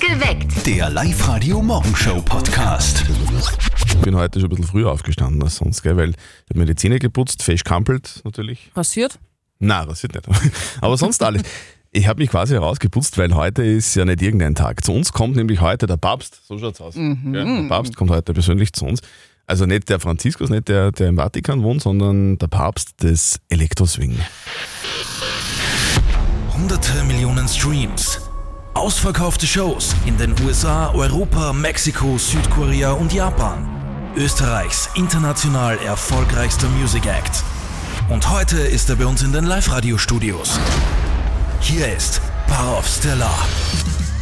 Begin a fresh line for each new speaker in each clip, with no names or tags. Geweckt.
Der Live-Radio-Morgenshow-Podcast.
Ich bin heute schon ein bisschen früher aufgestanden als sonst, gell? weil ich habe mir die Zähne geputzt, fesch kampelt natürlich.
Passiert?
Na, das sieht nicht. Aber sonst alles. Ich habe mich quasi herausgeputzt, weil heute ist ja nicht irgendein Tag. Zu uns kommt nämlich heute der Papst, so schaut's aus.
Mhm.
Gell? Der Papst kommt heute persönlich zu uns. Also nicht der Franziskus, nicht der, der im Vatikan wohnt, sondern der Papst des Elektroswing.
Hunderte Millionen Streams. Ausverkaufte Shows in den USA, Europa, Mexiko, Südkorea und Japan. Österreichs international erfolgreichster Music Act. Und heute ist er bei uns in den Live-Radio-Studios. Hier ist Bar of Stella.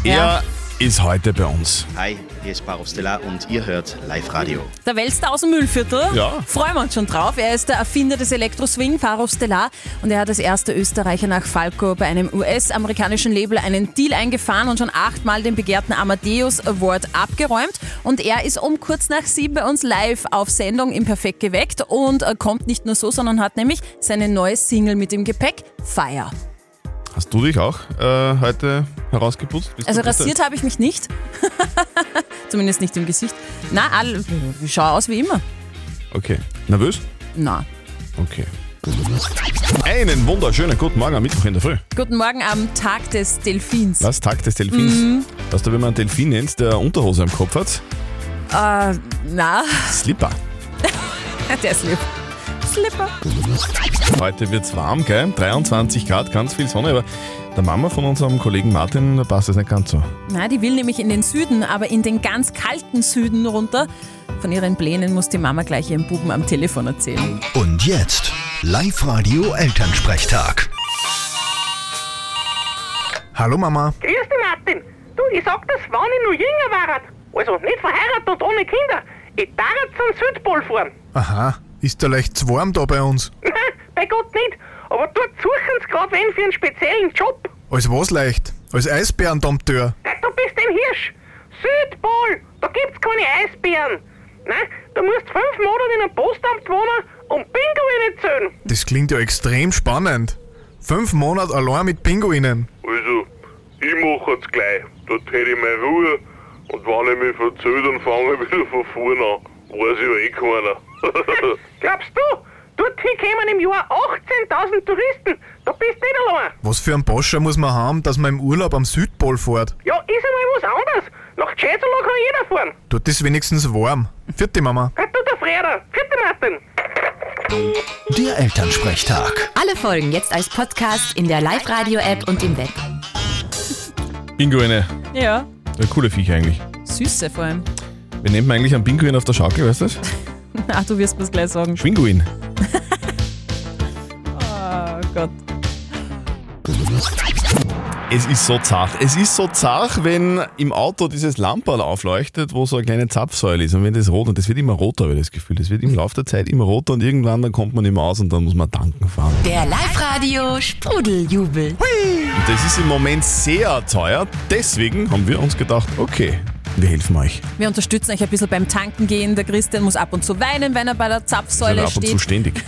Er ist heute bei uns.
Hi, hier ist Barov Stella und ihr hört Live-Radio.
Der Weltstar aus dem Müllviertel.
Ja.
Freuen wir uns schon drauf. Er ist der Erfinder des Elektroswing, Faro Stellar. Und er hat als erster Österreicher nach Falco bei einem US-amerikanischen Label einen Deal eingefahren und schon achtmal den begehrten Amadeus Award abgeräumt. Und er ist um kurz nach sieben bei uns live auf Sendung im Perfekt geweckt und äh, kommt nicht nur so, sondern hat nämlich seine neue Single mit im Gepäck, Fire.
Hast du dich auch äh, heute herausgeputzt? Bist
Also
du- bist du-
rasiert habe ich mich nicht. Zumindest nicht im Gesicht. Na, all, ich schaue aus wie immer.
Okay. Nervös?
Na,
Okay. Einen wunderschönen guten Morgen am Mittwoch in der Früh.
Guten Morgen am Tag des Delfins.
Was? Tag des Delfins. Weißt du, wenn man einen Delfin nennt, der Unterhose am Kopf hat?
Äh, na,
Slipper.
der ist lieb. Slipper.
Heute wird's warm, gell? 23 Grad, ganz viel Sonne, aber der Mama von unserem Kollegen Martin da passt es nicht ganz so.
Na, die will nämlich in den Süden, aber in den ganz kalten Süden runter. Von ihren Plänen muss die Mama gleich ihrem Buben am Telefon erzählen.
Und jetzt Live-Radio Elternsprechtag.
Hallo Mama.
Grüß dich, Martin. Du, ich sag das, wenn ich noch jünger war, also nicht verheiratet und ohne Kinder, ich darf zum Südpol fahren.
Aha, ist da leicht zu warm da bei uns?
Nein, bei Gott nicht. Aber dort suchen sie gerade wen für einen speziellen Job.
Als was leicht? Als Eisbärendompteur.
Du bist ein Hirsch. Südpol, da gibt's keine Eisbären. Nein, du musst fünf Monate in einem Postamt wohnen und Pinguine zählen.
Das klingt ja extrem spannend. Fünf Monate allein mit Pinguinen.
Also, ich mache jetzt gleich. Dort hätte ich meine Ruhe. Und wenn ich mich verzähle, dann fange ich wieder von vorne an. Weiß ja eh keiner.
Glaubst du, dorthin kämen im Jahr 18.000 Touristen. Da bist du nicht allein.
Was für ein Boscher muss man haben, dass man im Urlaub am Südpol fährt?
Ja, ist einmal was anderes. Nach Tschetschenloch kann jeder fahren.
Dort ist wenigstens warm. Vierte Mama.
Hey, du, der Freder. Vierte Martin.
Der Elternsprechtag.
Alle Folgen jetzt als Podcast in der Live-Radio-App und im Web.
Pinguine.
Ja.
Ja, coole Viecher eigentlich.
Süße vor allem.
Wir nehmen eigentlich einen Pinguin auf der Schaukel, weißt du das?
Ach, Ah, du wirst mir's gleich sagen.
Schwinguin.
Oh Gott.
Es ist so zart. Es ist so zart, wenn im Auto dieses Lamperl aufleuchtet, wo so eine kleine Zapfsäule ist. Und wenn das rot, und das wird immer roter, habe ich das Gefühl. Das wird im Laufe der Zeit immer roter und irgendwann dann kommt man nicht mehr aus und dann muss man tanken fahren.
Der Live-Radio Sprudeljubel.
Und das ist im Moment sehr teuer. Deswegen haben wir uns gedacht, okay, wir helfen euch.
Wir unterstützen euch ein bisschen beim Tanken gehen. Der Christian muss ab und zu weinen, wenn er bei der
Wir
Zapfsäule
ab und zu
steht.
ständig.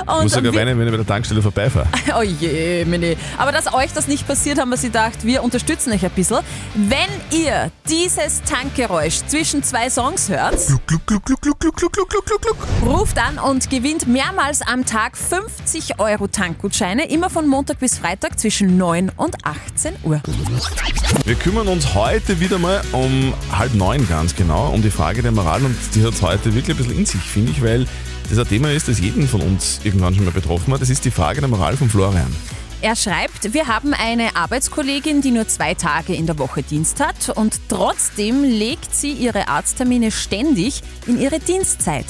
Ich
Und
muss sogar
wir-
weinen, wenn ich bei der Tankstelle vorbeifahre.
Oh je, Mini. Aber dass euch das nicht passiert, haben wir sie gedacht, wir unterstützen euch ein bisschen. Wenn ihr dieses Tankgeräusch zwischen zwei Songs hört,
Gluck, gluck, gluck, gluck, gluck, gluck, gluck, gluck, gluck, gluck, gluck.
ruft an und gewinnt mehrmals am Tag 50 Euro Tankgutscheine, immer von Montag bis Freitag zwischen 9 und 18 Uhr.
Wir kümmern uns heute wieder mal um halb neun ganz genau, um die Frage der Moral und die hat heute wirklich ein bisschen in sich, finde ich, weil das ein Thema ist, das jeden von uns irgendwann schon mal betroffen hat. Das ist die Frage der Moral von Florian.
Er schreibt, wir haben eine Arbeitskollegin, die nur zwei Tage in der Woche Dienst hat und trotzdem legt sie ihre Arzttermine ständig in ihre Dienstzeit.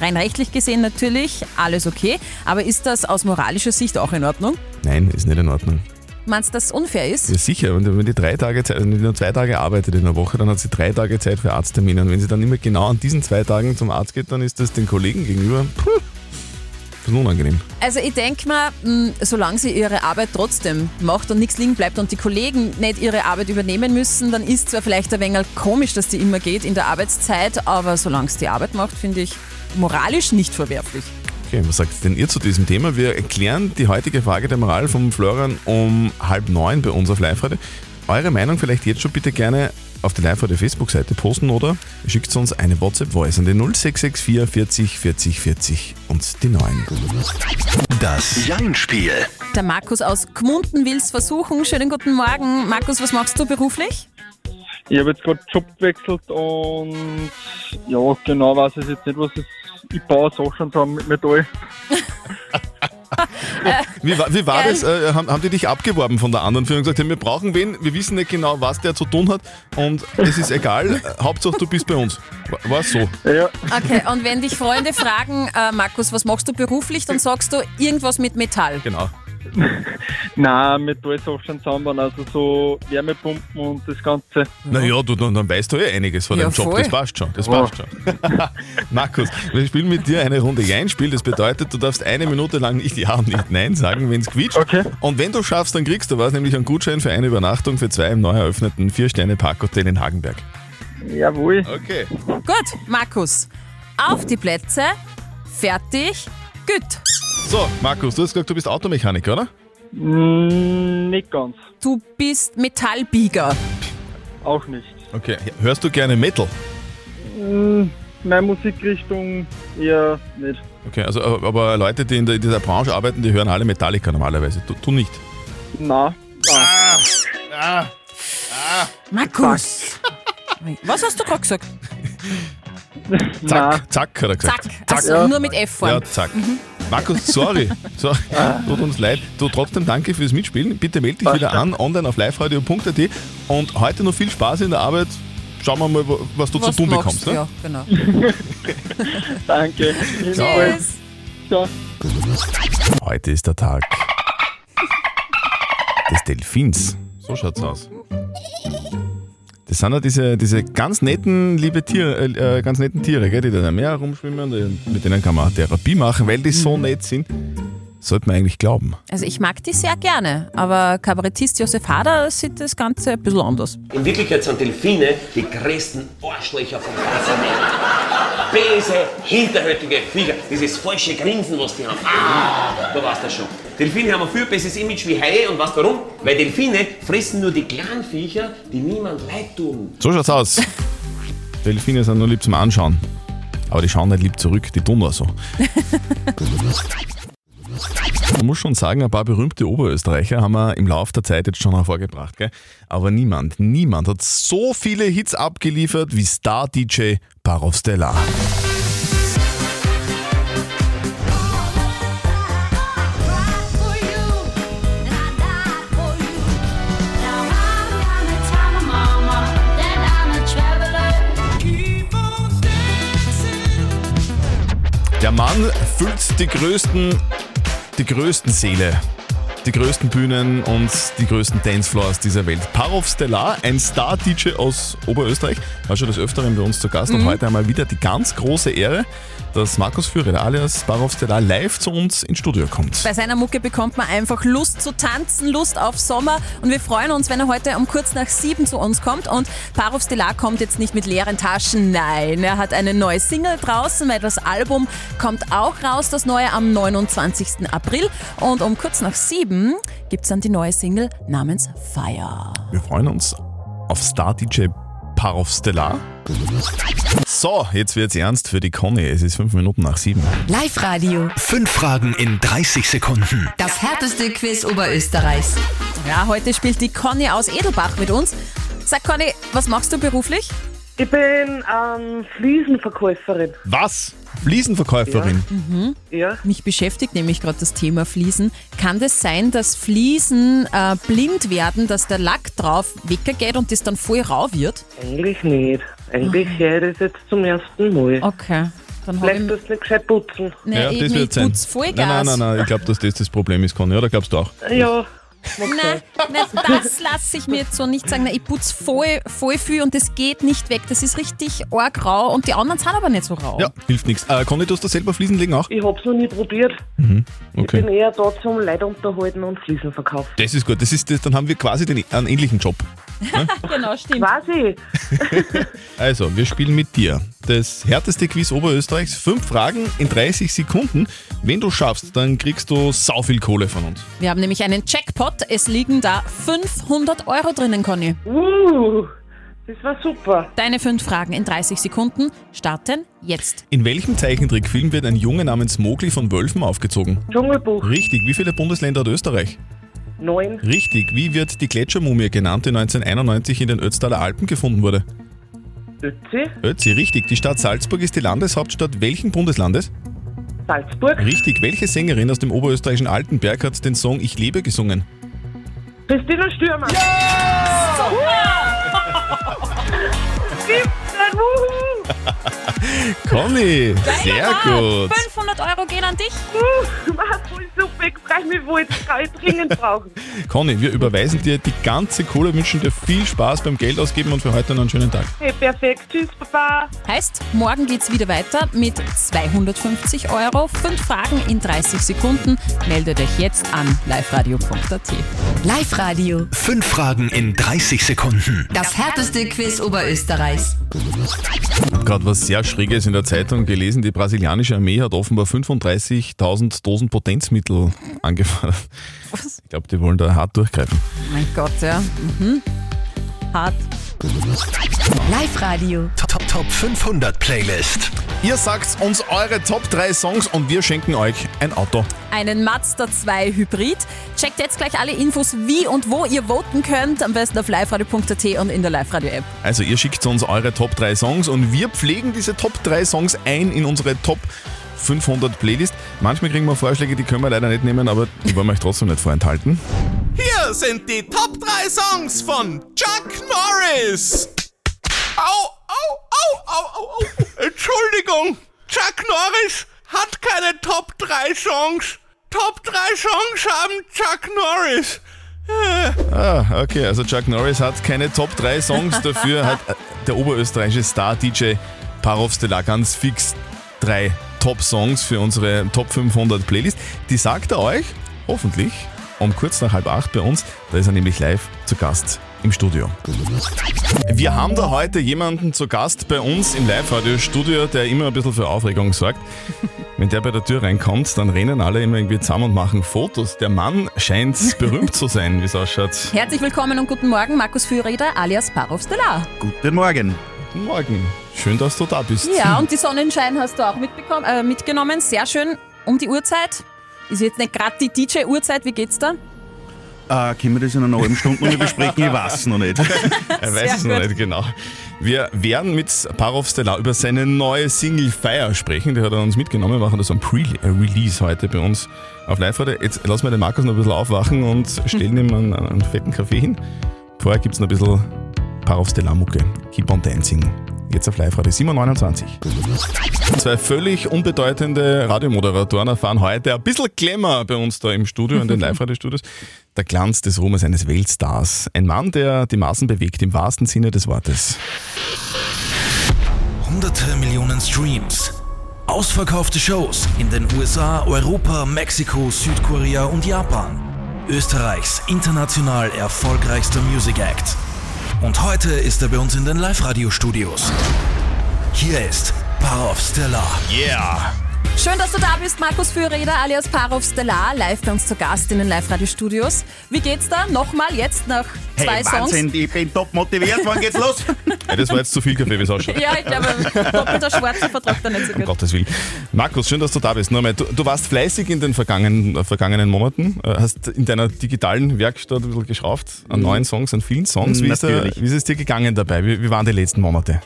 Rein rechtlich gesehen natürlich, alles okay, aber ist das aus moralischer Sicht auch in Ordnung?
Nein, ist nicht in Ordnung.
Meinst du, dass das unfair ist?
Ja, sicher, wenn die- wenn die drei Tage Zeit, wenn die nur zwei Tage arbeitet in der Woche, dann hat sie drei Tage Zeit für Arzttermine. Und wenn sie dann immer genau an diesen zwei Tagen zum Arzt geht, dann ist das den Kollegen gegenüber puh, das ist unangenehm.
Also ich denke mal, mh, solange sie ihre Arbeit trotzdem macht und nichts liegen bleibt und die Kollegen nicht ihre Arbeit übernehmen müssen, dann ist zwar vielleicht ein wenig komisch, dass die immer geht in der Arbeitszeit, aber solange es die Arbeit macht, finde ich moralisch nicht verwerflich.
Okay, was sagt denn ihr zu diesem Thema? Wir erklären die heutige Frage der Moral vom Florian um halb neun bei uns auf live heute. eure Meinung vielleicht jetzt schon bitte gerne auf die Live- oder Facebook-Seite posten oder schickt uns eine WhatsApp-Voice an die 0664 40 40 40 und die 9.
Das Jein-Spiel.
Der Markus aus Gmunden will's versuchen. Schönen guten Morgen. Markus, was machst du beruflich?
Ich habe jetzt gerade Job gewechselt und ja, genau weiß ich jetzt nicht, was es Ich baue Sachen zusammen mit Metall.
Wie war, wie war
Geil.
das? Äh, haben, haben die dich abgeworben von der anderen Firma und gesagt, hey, wir brauchen wen, wir wissen nicht genau, was der zu tun hat und es ist egal, äh, Hauptsache du bist bei uns. War- War es so?
Ja,
Okay, und wenn dich Freunde fragen, äh, Markus, was machst du beruflich, dann sagst du irgendwas mit Metall.
Genau.
nein, Metallsachen zusammenbauen, also so Wärmepumpen und das Ganze.
Naja, du, dann, dann weißt du eh einiges von
Ja,
deinem Job,
voll.
das passt schon. Das passt schon. Markus, wir spielen mit dir eine Runde Jein-Spiel. Das bedeutet, du darfst eine Minute lang nicht Ja und nicht Nein sagen, wenn es quietscht.
Okay.
Und wenn du schaffst, dann kriegst du was, nämlich einen Gutschein für eine Übernachtung für zwei im neu eröffneten Vier-Sterne-Parkhotel in Hagenberg.
Jawohl.
Okay.
Gut, Markus, auf die Plätze, fertig, gut.
So, Markus, du hast gesagt, du bist Automechaniker, oder?
Mm, nicht ganz.
Du bist Metallbieger.
Auch nicht.
Okay. Hörst du gerne Metal?
Mm, meine Musikrichtung eher nicht.
Okay, also äh, aber Leute, die in, der, in dieser Branche arbeiten, die hören alle Metallica normalerweise. Du, du nicht.
Nein. nein.
Markus! Was hast du gerade gesagt?
Zack,
Nein.
zack, hat er gesagt.
Zack, also
Ja.
nur mit F
Ja,
vorn. Mhm.
zack. Markus, sorry. sorry. Tut uns leid. Du, trotzdem danke fürs Mitspielen. Bitte melde dich wieder an, online auf liveradio.at. Und heute noch viel Spaß in der Arbeit. Schauen wir mal, wo- was du
Was
zu tun
du
bekommst.
machst,
Ne?
Ja, genau.
Danke.
Tschüss.
Ciao.
Heute ist der Tag des Delfins. So schaut's aus. Das sind ja diese, diese ganz netten, liebe Tiere, äh, äh, ganz netten Tiere, gell, die da im Meer herumschwimmen. die- Mit denen kann man auch Therapie machen, weil die
Mhm.
so nett sind. Sollte man eigentlich glauben.
Also ich mag die sehr gerne, aber Kabarettist Josef Hader sieht das Ganze ein bisschen anders.
In Wirklichkeit sind Delfine die größten Arschlöcher vom Wassermeer. Böse, hinterhältige Viecher. Dieses falsche Grinsen, was die haben. Ah, da warst du schon. Delfine haben ein viel besseres Image wie Haie und weißt warum? Weil Delfine fressen nur die kleinen Viecher, die niemand leid tun.
So schaut's aus. Delfine sind nur lieb zum Anschauen. Aber die schauen nicht lieb zurück, die tun nur so. Man muss schon sagen, ein paar berühmte Oberösterreicher haben wir im Laufe der Zeit jetzt schon hervorgebracht, gell? Aber niemand, niemand hat so viele Hits abgeliefert wie Star-DJ Barov Stella. Der Mann füllt die größten, die größten Seele, die größten Bühnen und die größten Dancefloors dieser Welt. Parov Stellar, ein Star-DJ aus Oberösterreich, war schon des Öfteren bei uns zu Gast und heute einmal wieder die ganz große Ehre, dass Markus Führer, alias Parov Stellar, live zu uns ins Studio kommt.
Bei seiner Mucke bekommt man einfach Lust zu tanzen, Lust auf Sommer und wir freuen uns, wenn er heute um kurz nach sieben zu uns kommt und Parov Stellar kommt jetzt nicht mit leeren Taschen, nein, er hat eine neue Single draußen, weil das Album kommt auch raus, das neue am 29. April und um kurz nach sieben gibt's dann die neue Single namens Fire.
Wir freuen uns auf Star-DJ Parov Stellar. So, jetzt wird's ernst für die Conny. Es ist fünf Minuten nach sieben.
Live-Radio.
Fünf Fragen in 30 Sekunden.
Das härteste Quiz Oberösterreichs.
Ja, heute spielt die Conny aus Edelbach mit uns. Sag Conny, was machst du beruflich?
Ich bin ähm, Fliesenverkäuferin.
Was? Fliesenverkäuferin.
Ja.
Mich beschäftigt nämlich gerade das Thema Fliesen. Kann das sein, dass Fliesen äh, blind werden, dass der Lack drauf weggeht und das dann voll rau wird?
Eigentlich nicht. Eigentlich höre ich das jetzt zum ersten
Ah,
Mal.
Okay. Dann habe ich
Vielleicht das nicht gescheit putzen.
ne,
Ja, das
irgendwie
wird sein.
tut's Vollgas.
Nein, nein, nein, nein, ich glaube, dass das das Problem ist, Conny, oder glaubst du auch?
Ja,
Nein, nein, das lasse ich mir jetzt so nicht sagen. Nein, ich putze voll, voll viel und das geht nicht weg. Das ist richtig arg rau und die anderen sind aber nicht so rau.
Ja, hilft nichts. Äh, Conny, du hast das selber Fliesen legen auch?
ich hab's noch nie probiert. Ich
Okay.
bin eher da zum Leute unterhalten und Fliesen verkaufen.
Das ist gut, das ist das, dann haben wir quasi den, einen ähnlichen Job.
Genau, stimmt.
Quasi.
Also, wir spielen mit dir. das härteste Quiz Oberösterreichs. Fünf Fragen in 30 Sekunden. Wenn du schaffst, dann kriegst du sau viel Kohle von uns.
Wir haben nämlich einen Jackpot. Es liegen da 500 Euro drinnen, Conny.
Uh, das war super.
Deine fünf Fragen in 30 Sekunden starten jetzt.
In welchem Zeichentrickfilm wird ein Junge namens Mowgli von Wölfen aufgezogen?
Dschungelbuch.
Richtig. Wie viele Bundesländer hat Österreich?
Neun.
Richtig. Wie wird die Gletschermumie genannt, die 1991 in den Ötztaler Alpen gefunden wurde?
Ötzi.
Ötzi, richtig. Die Stadt Salzburg ist die Landeshauptstadt welchen Bundeslandes?
Salzburg.
Richtig. Welche Sängerin aus dem oberösterreichischen Altenberg hat den Song Ich lebe gesungen?
Christina Stürmer.
Conny, sehr
Wahnsinn.
gut.
500 Euro gehen an dich.
Uh, war voll super. Ich freue mich wohl. Das kann ich dringend brauchen.
Conny, wir überweisen dir die ganze Kohle, wünschen dir viel Spaß beim Geld ausgeben und für heute noch einen schönen Tag.
Hey, perfekt. Tschüss, Baba.
Heißt, morgen geht's wieder weiter mit 250 Euro. Fünf Fragen in 30 Sekunden. Melde dich jetzt an liveradio.at.
Live Radio.
Fünf Fragen in 30 Sekunden.
Das härteste Quiz Oberösterreichs.
Ich habe gerade was sehr Schräges in der Zeitung gelesen. Die brasilianische Armee hat offenbar 35.000 Dosen Potenzmittel angefordert. Ich glaube, die wollen da hart durchgreifen.
Mein Gott, ja. Mhm. Hart.
Live Radio.
Top, top, top 500 Playlist.
Ihr sagt uns eure Top 3 Songs und wir schenken euch ein Auto.
Einen Mazda 2 Hybrid. Checkt jetzt gleich alle Infos, wie und wo ihr voten könnt. Am besten auf liveradio.at und in der Live-Radio-App.
Also ihr schickt uns eure Top 3 Songs und wir pflegen diese Top 3 Songs ein in unsere Top 500 Playlist. Manchmal kriegen wir Vorschläge, die können wir leider nicht nehmen, aber die wollen wir euch trotzdem nicht vorenthalten.
Hier sind die Top 3 Songs von Chuck Norris. Au, au, au, au, au, au. Entschuldigung, Chuck Norris hat keine Top 3 Songs. Top 3 Songs haben Chuck Norris. Äh.
Ah, okay, also Chuck Norris hat keine Top 3 Songs, dafür hat äh, der oberösterreichische Star-DJ Parov Stella ganz fix drei Top-Songs für unsere Top 500 Playlist. Die sagt er euch, hoffentlich, um kurz nach halb acht bei uns. Da ist er nämlich live zu Gast im Studio. Wir haben da heute jemanden zu Gast bei uns im Live-Radio-Studio, der immer ein bisschen für Aufregung sorgt. Wenn der bei der Tür reinkommt, dann rennen alle immer irgendwie zusammen und machen Fotos. Der Mann scheint berühmt zu sein, wie es ausschaut.
Herzlich willkommen und guten Morgen, Markus Fürreder alias Parov Stellar.
Guten Morgen. Guten Morgen. Schön, dass du da bist.
Ja, und die Sonnenschein hast du auch mitbekommen, äh, mitgenommen. Sehr schön. Um die Uhrzeit. Ist jetzt nicht gerade die DJ-Uhrzeit. Wie geht's da?
Äh, können wir das in einer halben Stunde noch besprechen? Ich weiß es noch nicht.
er weiß es noch nicht genau. Wir werden mit Parov Stellar über seine neue Single Fire sprechen. Die hat er uns mitgenommen. Wir machen das am Pre-Release heute bei uns auf live -Radio. Jetzt lassen wir den Markus noch ein bisschen aufwachen und stellen ihm einen, einen fetten Kaffee hin. Vorher gibt es noch ein bisschen Parov Stellar Mucke. Keep on dancing. Jetzt auf live Radio 729. Zwei völlig unbedeutende Radiomoderatoren erfahren heute ein bisschen Klemmer bei uns da im Studio, in den Live-Radio-Studios. Der Glanz des Ruhmes eines Weltstars. Ein Mann, der die Maßen bewegt, im wahrsten Sinne des Wortes.
Hunderte Millionen Streams. Ausverkaufte Shows in den USA, Europa, Mexiko, Südkorea und Japan. Österreichs international erfolgreichster Music Act. Und heute ist er bei uns in den Live-Radio-Studios. Hier ist Power of Stella.
Yeah!
Schön, dass du da bist, Markus Fürreder alias Parov Stellar, live bei uns zu Gast in den Live-Radio-Studios. Wie geht's da? Nochmal jetzt nach
Hey,
zwei Songs.
Wahnsinn, ich bin top motiviert. Wann geht's los?
Ja, das war jetzt zu viel Kaffee, wie es ausschaut.
Ja, ich glaube, doppelter Schwarzer vertragt er nicht so
Um
gut.
Gottes Willen. Markus, schön, dass du da bist. Nur einmal, du, du warst fleißig in den vergangenen, äh, vergangenen Monaten, äh, hast in deiner digitalen Werkstatt ein bisschen geschraubt, an
Mhm.
neuen Songs, an vielen Songs. Wie ist, der,
Natürlich.
wie ist es dir gegangen dabei? Wie, wie waren die letzten Monate?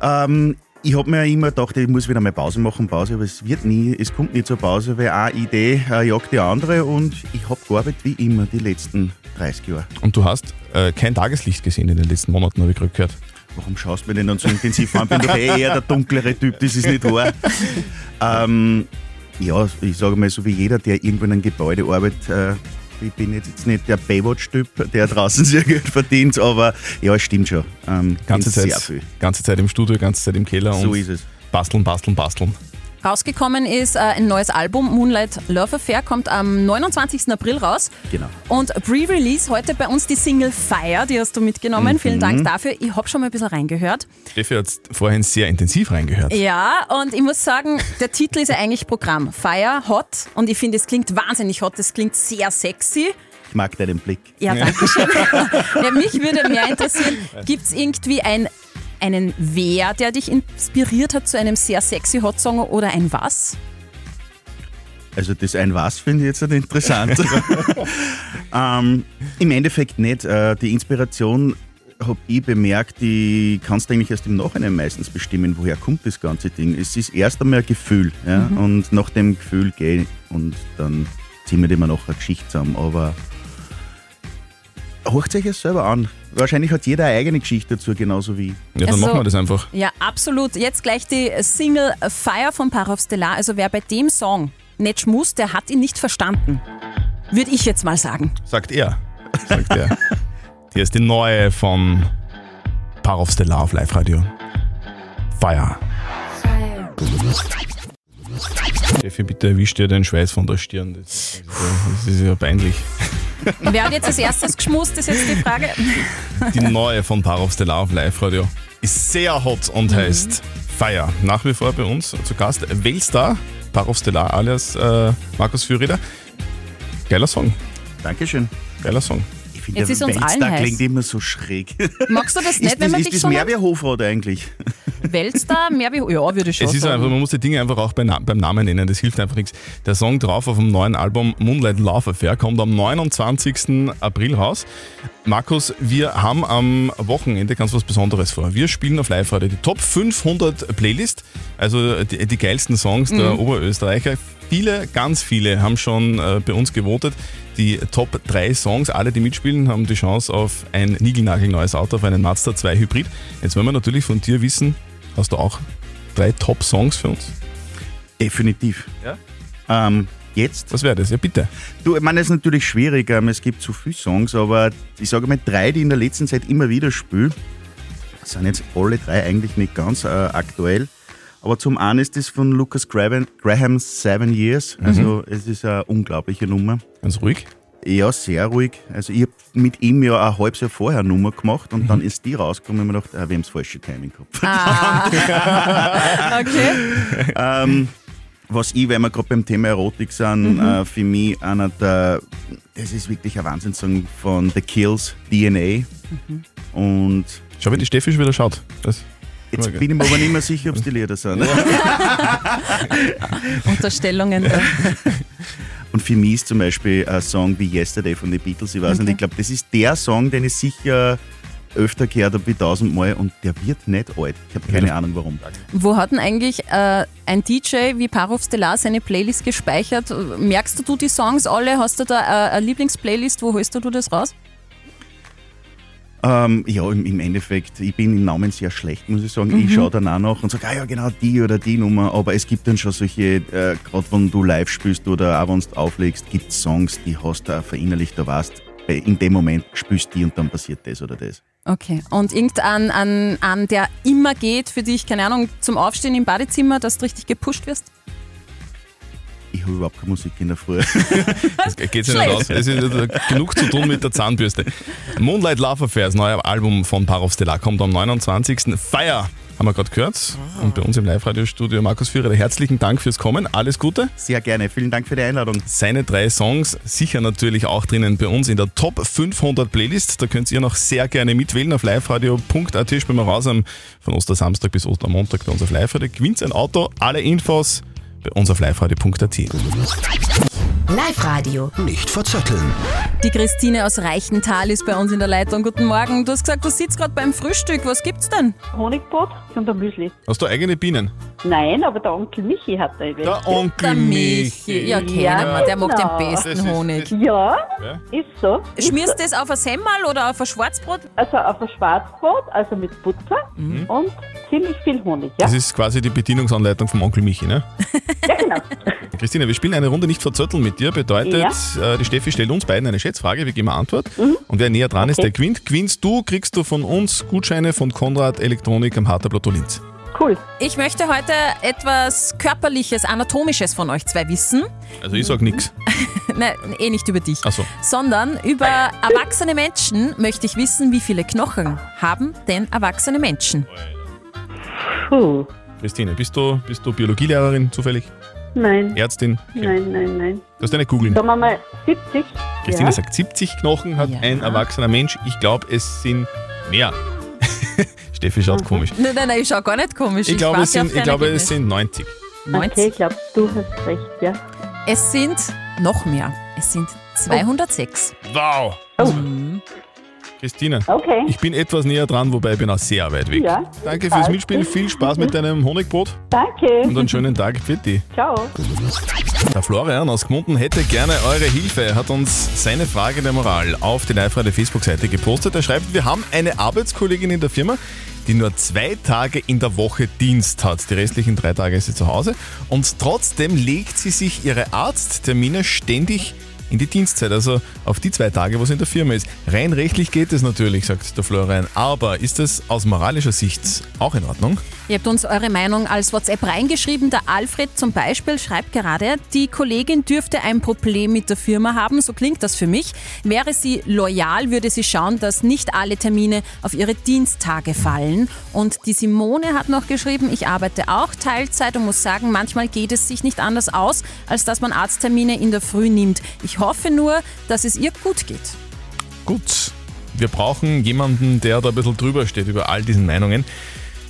Ähm, ich habe mir immer gedacht, ich muss wieder mal Pause machen, Pause, aber es wird nie, es kommt nie zur Pause, weil eine Idee äh, jagt die andere und ich habe gearbeitet wie immer die letzten 30 Jahre.
Und du hast äh, kein Tageslicht gesehen in den letzten Monaten, habe ich gerade gehört.
Warum schaust du mir denn dann so intensiv an? Bin doch eh eher der dunklere Typ, das ist nicht wahr. Ähm, ja, ich sage mal, so wie jeder, der irgendwo in einem Gebäude arbeitet, äh, ich bin jetzt, jetzt nicht der Baywatch-Typ, der draußen sehr Geld verdient, aber ja, es stimmt schon. Ähm,
Ganze
bin Sehr
Zeit,
viel.
ganze Zeit im Studio, ganze Zeit im Keller
So
und
ist es.
basteln, basteln, basteln.
Rausgekommen ist äh, ein neues Album, Moonlight Love Affair, kommt am 29. April raus.
Genau.
Und Pre-Release heute bei uns die Single Fire, die hast du mitgenommen.
Mhm.
Vielen Dank dafür. Ich habe schon mal ein bisschen reingehört.
Steffi hat vorhin sehr intensiv reingehört.
Ja, und ich muss sagen, der Titel ist ja eigentlich Programm. Fire, hot. Und ich finde, es klingt wahnsinnig hot. Es klingt sehr sexy.
Ich mag deinen Blick.
Ja, danke schön. ja, mich würde mehr interessieren, gibt es irgendwie ein, einen Wer, der dich inspiriert hat zu einem sehr sexy Hot Song oder ein Was?
Also das ein Was finde ich jetzt nicht interessant. ähm, Im Endeffekt nicht. Äh, die Inspiration habe ich bemerkt, die kannst du eigentlich erst im Nachhinein meistens bestimmen, woher kommt das ganze Ding. Es ist erst einmal ein Gefühl. Ja?
Mhm.
Und nach dem Gefühl gehe ich und dann ziehen wir dem noch eine Geschichte zusammen. Aber hört euch es selber an. Wahrscheinlich hat jeder eine eigene Geschichte dazu, genauso wie ich.
Ja, dann machen wir das einfach.
Ja, absolut. Jetzt gleich die Single Fire von Parov Stellar. Also wer bei dem Song nicht schmust, der hat ihn nicht verstanden. Würde ich jetzt mal sagen.
Sagt er. Sagt er. Hier ist die neue von Parov Stellar auf Live-Radio. Fire. Steffi, bitte erwisch dir den Schweiß von der Stirn. Das ist ja, das ist ja peinlich.
Wer hat jetzt als erstes geschmust, ist jetzt die Frage.
Die neue von Parov Stellar auf Live-Radio ist sehr hot und heißt Fire. Nach wie vor bei uns zu Gast Welstar, Parov Stellar alias äh, Markus Fürreder. Geiler Song.
Dankeschön.
Geiler Song.
Ich
Jetzt ist uns allen
Weltstar
heiß.
klingt immer so schräg.
Magst du das nicht, wenn
ist das,
man
ist
dich
das
so
mehr wie ein Hofrat eigentlich?
wälzt da? Mehr wie, ja, würde ich schon
Es ist
sagen.
einfach, man muss die Dinge einfach auch bei Na- beim Namen nennen, das hilft einfach nichts. Der Song drauf auf dem neuen Album Moonlight Love Affair kommt am 29. April raus. Markus, wir haben am Wochenende ganz was Besonderes vor. Wir spielen auf live heute die Top 500 Playlist, also die, die geilsten Songs der
Mhm.
Oberösterreicher. Viele, ganz viele haben schon äh, bei uns gewotet. Die Top 3 Songs, alle, die mitspielen, haben die Chance auf ein niegelnagelneues Auto, auf einen Mazda 2 Hybrid. Jetzt wollen wir natürlich von dir wissen, hast du auch drei Top-Songs für uns?
Definitiv.
Ja?
Ähm, jetzt?
Was wäre das? Ja, bitte.
Du, ich meine, es ist natürlich schwierig, ähm, es gibt zu viele Songs, aber ich sage mal, drei, die ich in der letzten Zeit immer wieder spiele, sind jetzt alle drei eigentlich nicht ganz äh, aktuell. Aber zum einen ist das von Lucas Graham, Graham Seven Years. Also es ist eine unglaubliche Nummer.
Ganz ruhig?
Ja, sehr ruhig. Also ich habe mit ihm ja ein halbes Jahr vorher eine Nummer gemacht und dann ist die rausgekommen und ich mir gedacht, ah, wir haben das falsche Timing gehabt.
okay.
ähm, was ich, weil wir gerade beim Thema Erotik sind,
Mhm.
äh, für mich einer der, das ist wirklich ein Wahnsinnssong von The Kills, DNA. Und
Schau, wie die Steffi schon wieder schaut. Das
Jetzt bin ich mir aber nicht mehr sicher, ob es die Lieder sind.
Unterstellungen. Da.
Und für mich ist zum Beispiel ein Song wie Yesterday von den Beatles, ich weiß nicht, ich glaube, das ist der Song, den ich sicher öfter gehört habe wie tausendmal und der wird nicht alt. Ich habe keine Ahnung warum.
Wo hat denn eigentlich äh, ein DJ wie Parov Stellar seine Playlist gespeichert? Merkst du, du die Songs alle? Hast du da äh, eine Lieblingsplaylist? Wo holst du du das raus?
Ähm, ja, im, im Endeffekt, ich bin im Namen sehr schlecht, muss ich sagen.
Mhm.
Ich schaue dann auch noch und sage, ah ja, genau die oder die Nummer. Aber es gibt dann schon solche, äh, gerade wenn du live spielst oder auch wenn du auflegst, gibt es Songs, die hast du auch verinnerlicht, da weißt, äh, in dem Moment spielst du die und dann passiert das oder das.
Okay. Und irgendein an, an, der immer geht für dich, keine Ahnung, zum Aufstehen im Badezimmer, dass du richtig gepusht wirst?
Ich habe überhaupt keine Musik in der Früh.
das geht sich nicht
Schlecht.
aus. Es ist äh, genug zu tun mit der Zahnbürste. Moonlight Love Affair, das neue Album von Parov Stellar, kommt am 29. Fire, haben wir gerade gehört. Und bei uns im Live-Radio-Studio Markus Führer, herzlichen Dank fürs Kommen. Alles Gute.
Sehr gerne. Vielen Dank für die Einladung.
Seine drei Songs sicher natürlich auch drinnen bei uns in der Top 500 Playlist. Da könnt ihr noch sehr gerne mitwählen auf liveradio.at. Spielen wir raus am, von Ostersamstag bis Ostermontag bei uns auf Live-Radio. Gewinnt ein Auto. Alle Infos bei uns auf liveradio.at.
Live-Radio.
Nicht verzetteln.
Die Christine aus Reichenthal ist bei uns in der Leitung. Guten Morgen. Du hast gesagt, du sitzt gerade beim Frühstück. Was gibt's denn?
Honigbrot und ein Müsli.
Hast du eigene Bienen?
Nein, aber der Onkel Michi hat da welche.
Der Onkel Der Michi. Michi.
Ja, kennen wir. Der mag den besten Das ist-
Honig. Ja,
Ja.
ist so.
Schmierst
Ist
das auf ein Semmel oder auf ein Schwarzbrot?
Also auf ein Schwarzbrot, also mit Butter und ziemlich viel Honig, ja?
Mhm. Das ist quasi die Bedienungsanleitung vom Onkel Michi, ne? Ja, genau. Christina, wir spielen eine Runde nicht verzötteln mit dir. Bedeutet, äh, die Steffi stellt uns beiden eine Schätzfrage, wir geben eine Antwort. Und wer näher dran ist,
Okay.
der gewinnt. Gewinnst du, kriegst du von uns Gutscheine von Konrad Elektronik am Harter Plateau Linz.
Cool.
Ich möchte heute etwas Körperliches, Anatomisches von euch zwei wissen.
Also ich sag nix. Also,
Nein, eh nicht über dich.
Achso.
Sondern über erwachsene Menschen möchte ich wissen, wie viele Knochen haben denn erwachsene Menschen?
Puh.
Christine, bist du, bist du Biologielehrerin zufällig?
Nein.
Ärztin?
Nein, nein, nein.
Du hast eine googeln.
Sagen wir mal 70.
Christine
ja.
sagt, 70 Knochen hat ein erwachsener Mensch. Ich glaube, es sind mehr. Steffi schaut komisch.
Nein, nein, nein, ich schaue gar nicht komisch.
Ich glaube,
warte
es, sind,
auf
ich
dein
glaube es
Ergebnis.
sind 90.
Okay, ich glaube, du hast recht, ja.
Es sind noch mehr. Es sind 206.
Wow! Christine,
Oh.
Okay.
ich bin etwas näher dran, wobei ich bin auch sehr weit weg.
Ja,
Danke
jedenfalls.
fürs Mitspielen, viel Spaß mit deinem Honigbrot
Danke.
und einen schönen Tag. Pfitti.
Ciao.
Der Florian aus Gmunden hätte gerne eure Hilfe. Er hat uns seine Frage der Moral auf die live der Facebook-Seite gepostet. Er schreibt, wir haben eine Arbeitskollegin in der Firma, die nur zwei Tage in der Woche Dienst hat. Die restlichen drei Tage ist sie zu Hause. Und trotzdem legt sie sich ihre Arzttermine ständig in die Dienstzeit, also auf die zwei Tage, wo sie in der Firma ist. Rein rechtlich geht es natürlich, sagt der Florian. Aber ist das aus moralischer Sicht auch in Ordnung?
Ihr habt uns eure Meinung als WhatsApp reingeschrieben. Der Alfred zum Beispiel schreibt gerade, die Kollegin dürfte ein Problem mit der Firma haben, so klingt das für mich. Wäre sie loyal, würde sie schauen, dass nicht alle Termine auf ihre Diensttage fallen. Und die Simone hat noch geschrieben, ich arbeite auch Teilzeit und muss sagen, manchmal geht es sich nicht anders aus, als dass man Arzttermine in der Früh nimmt. Ich hoffe nur, dass es ihr gut geht.
Gut. Wir brauchen jemanden, der da ein bisschen drüber steht über all diesen Meinungen.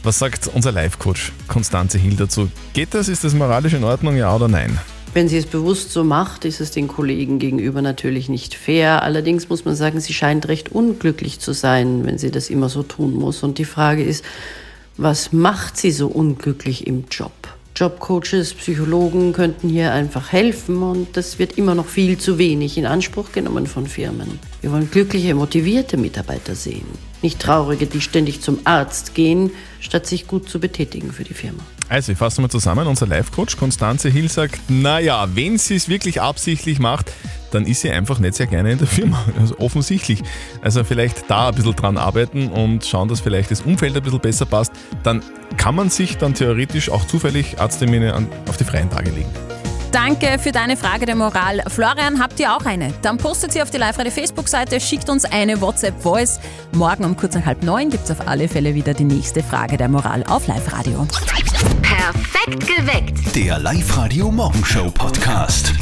Was sagt unser Live-Coach Konstanze Hill dazu? Geht das? Ist das moralisch in Ordnung, ja oder nein?
Wenn sie es bewusst so macht, ist es den Kollegen gegenüber natürlich nicht fair. Allerdings muss man sagen, sie scheint recht unglücklich zu sein, wenn sie das immer so tun muss. Und die Frage ist, was macht sie so unglücklich im Job? Jobcoaches, Psychologen könnten hier einfach helfen und das wird immer noch viel zu wenig in Anspruch genommen von Firmen. Wir wollen glückliche, motivierte Mitarbeiter sehen. Nicht traurige, die ständig zum Arzt gehen, statt sich gut zu betätigen für die Firma.
Also, ich fasse mal zusammen. Unser Live-Coach Konstanze Hill sagt, naja, wenn sie es wirklich absichtlich macht, dann ist sie einfach nicht sehr gerne in der Firma. Also offensichtlich. Also vielleicht da ein bisschen dran arbeiten und schauen, dass vielleicht das Umfeld ein bisschen besser passt. Dann kann man sich dann theoretisch auch zufällig Arzttermine an- auf die freien Tage legen.
Danke für deine Frage der Moral. Florian, habt ihr auch eine? Dann postet sie auf die Live-Radio-Facebook-Seite, schickt uns eine WhatsApp-Voice. Morgen um kurz nach halb neun gibt es auf alle Fälle wieder die nächste Frage der Moral auf Live-Radio.
Perfekt geweckt.
Der Live-Radio Morgenshow Podcast.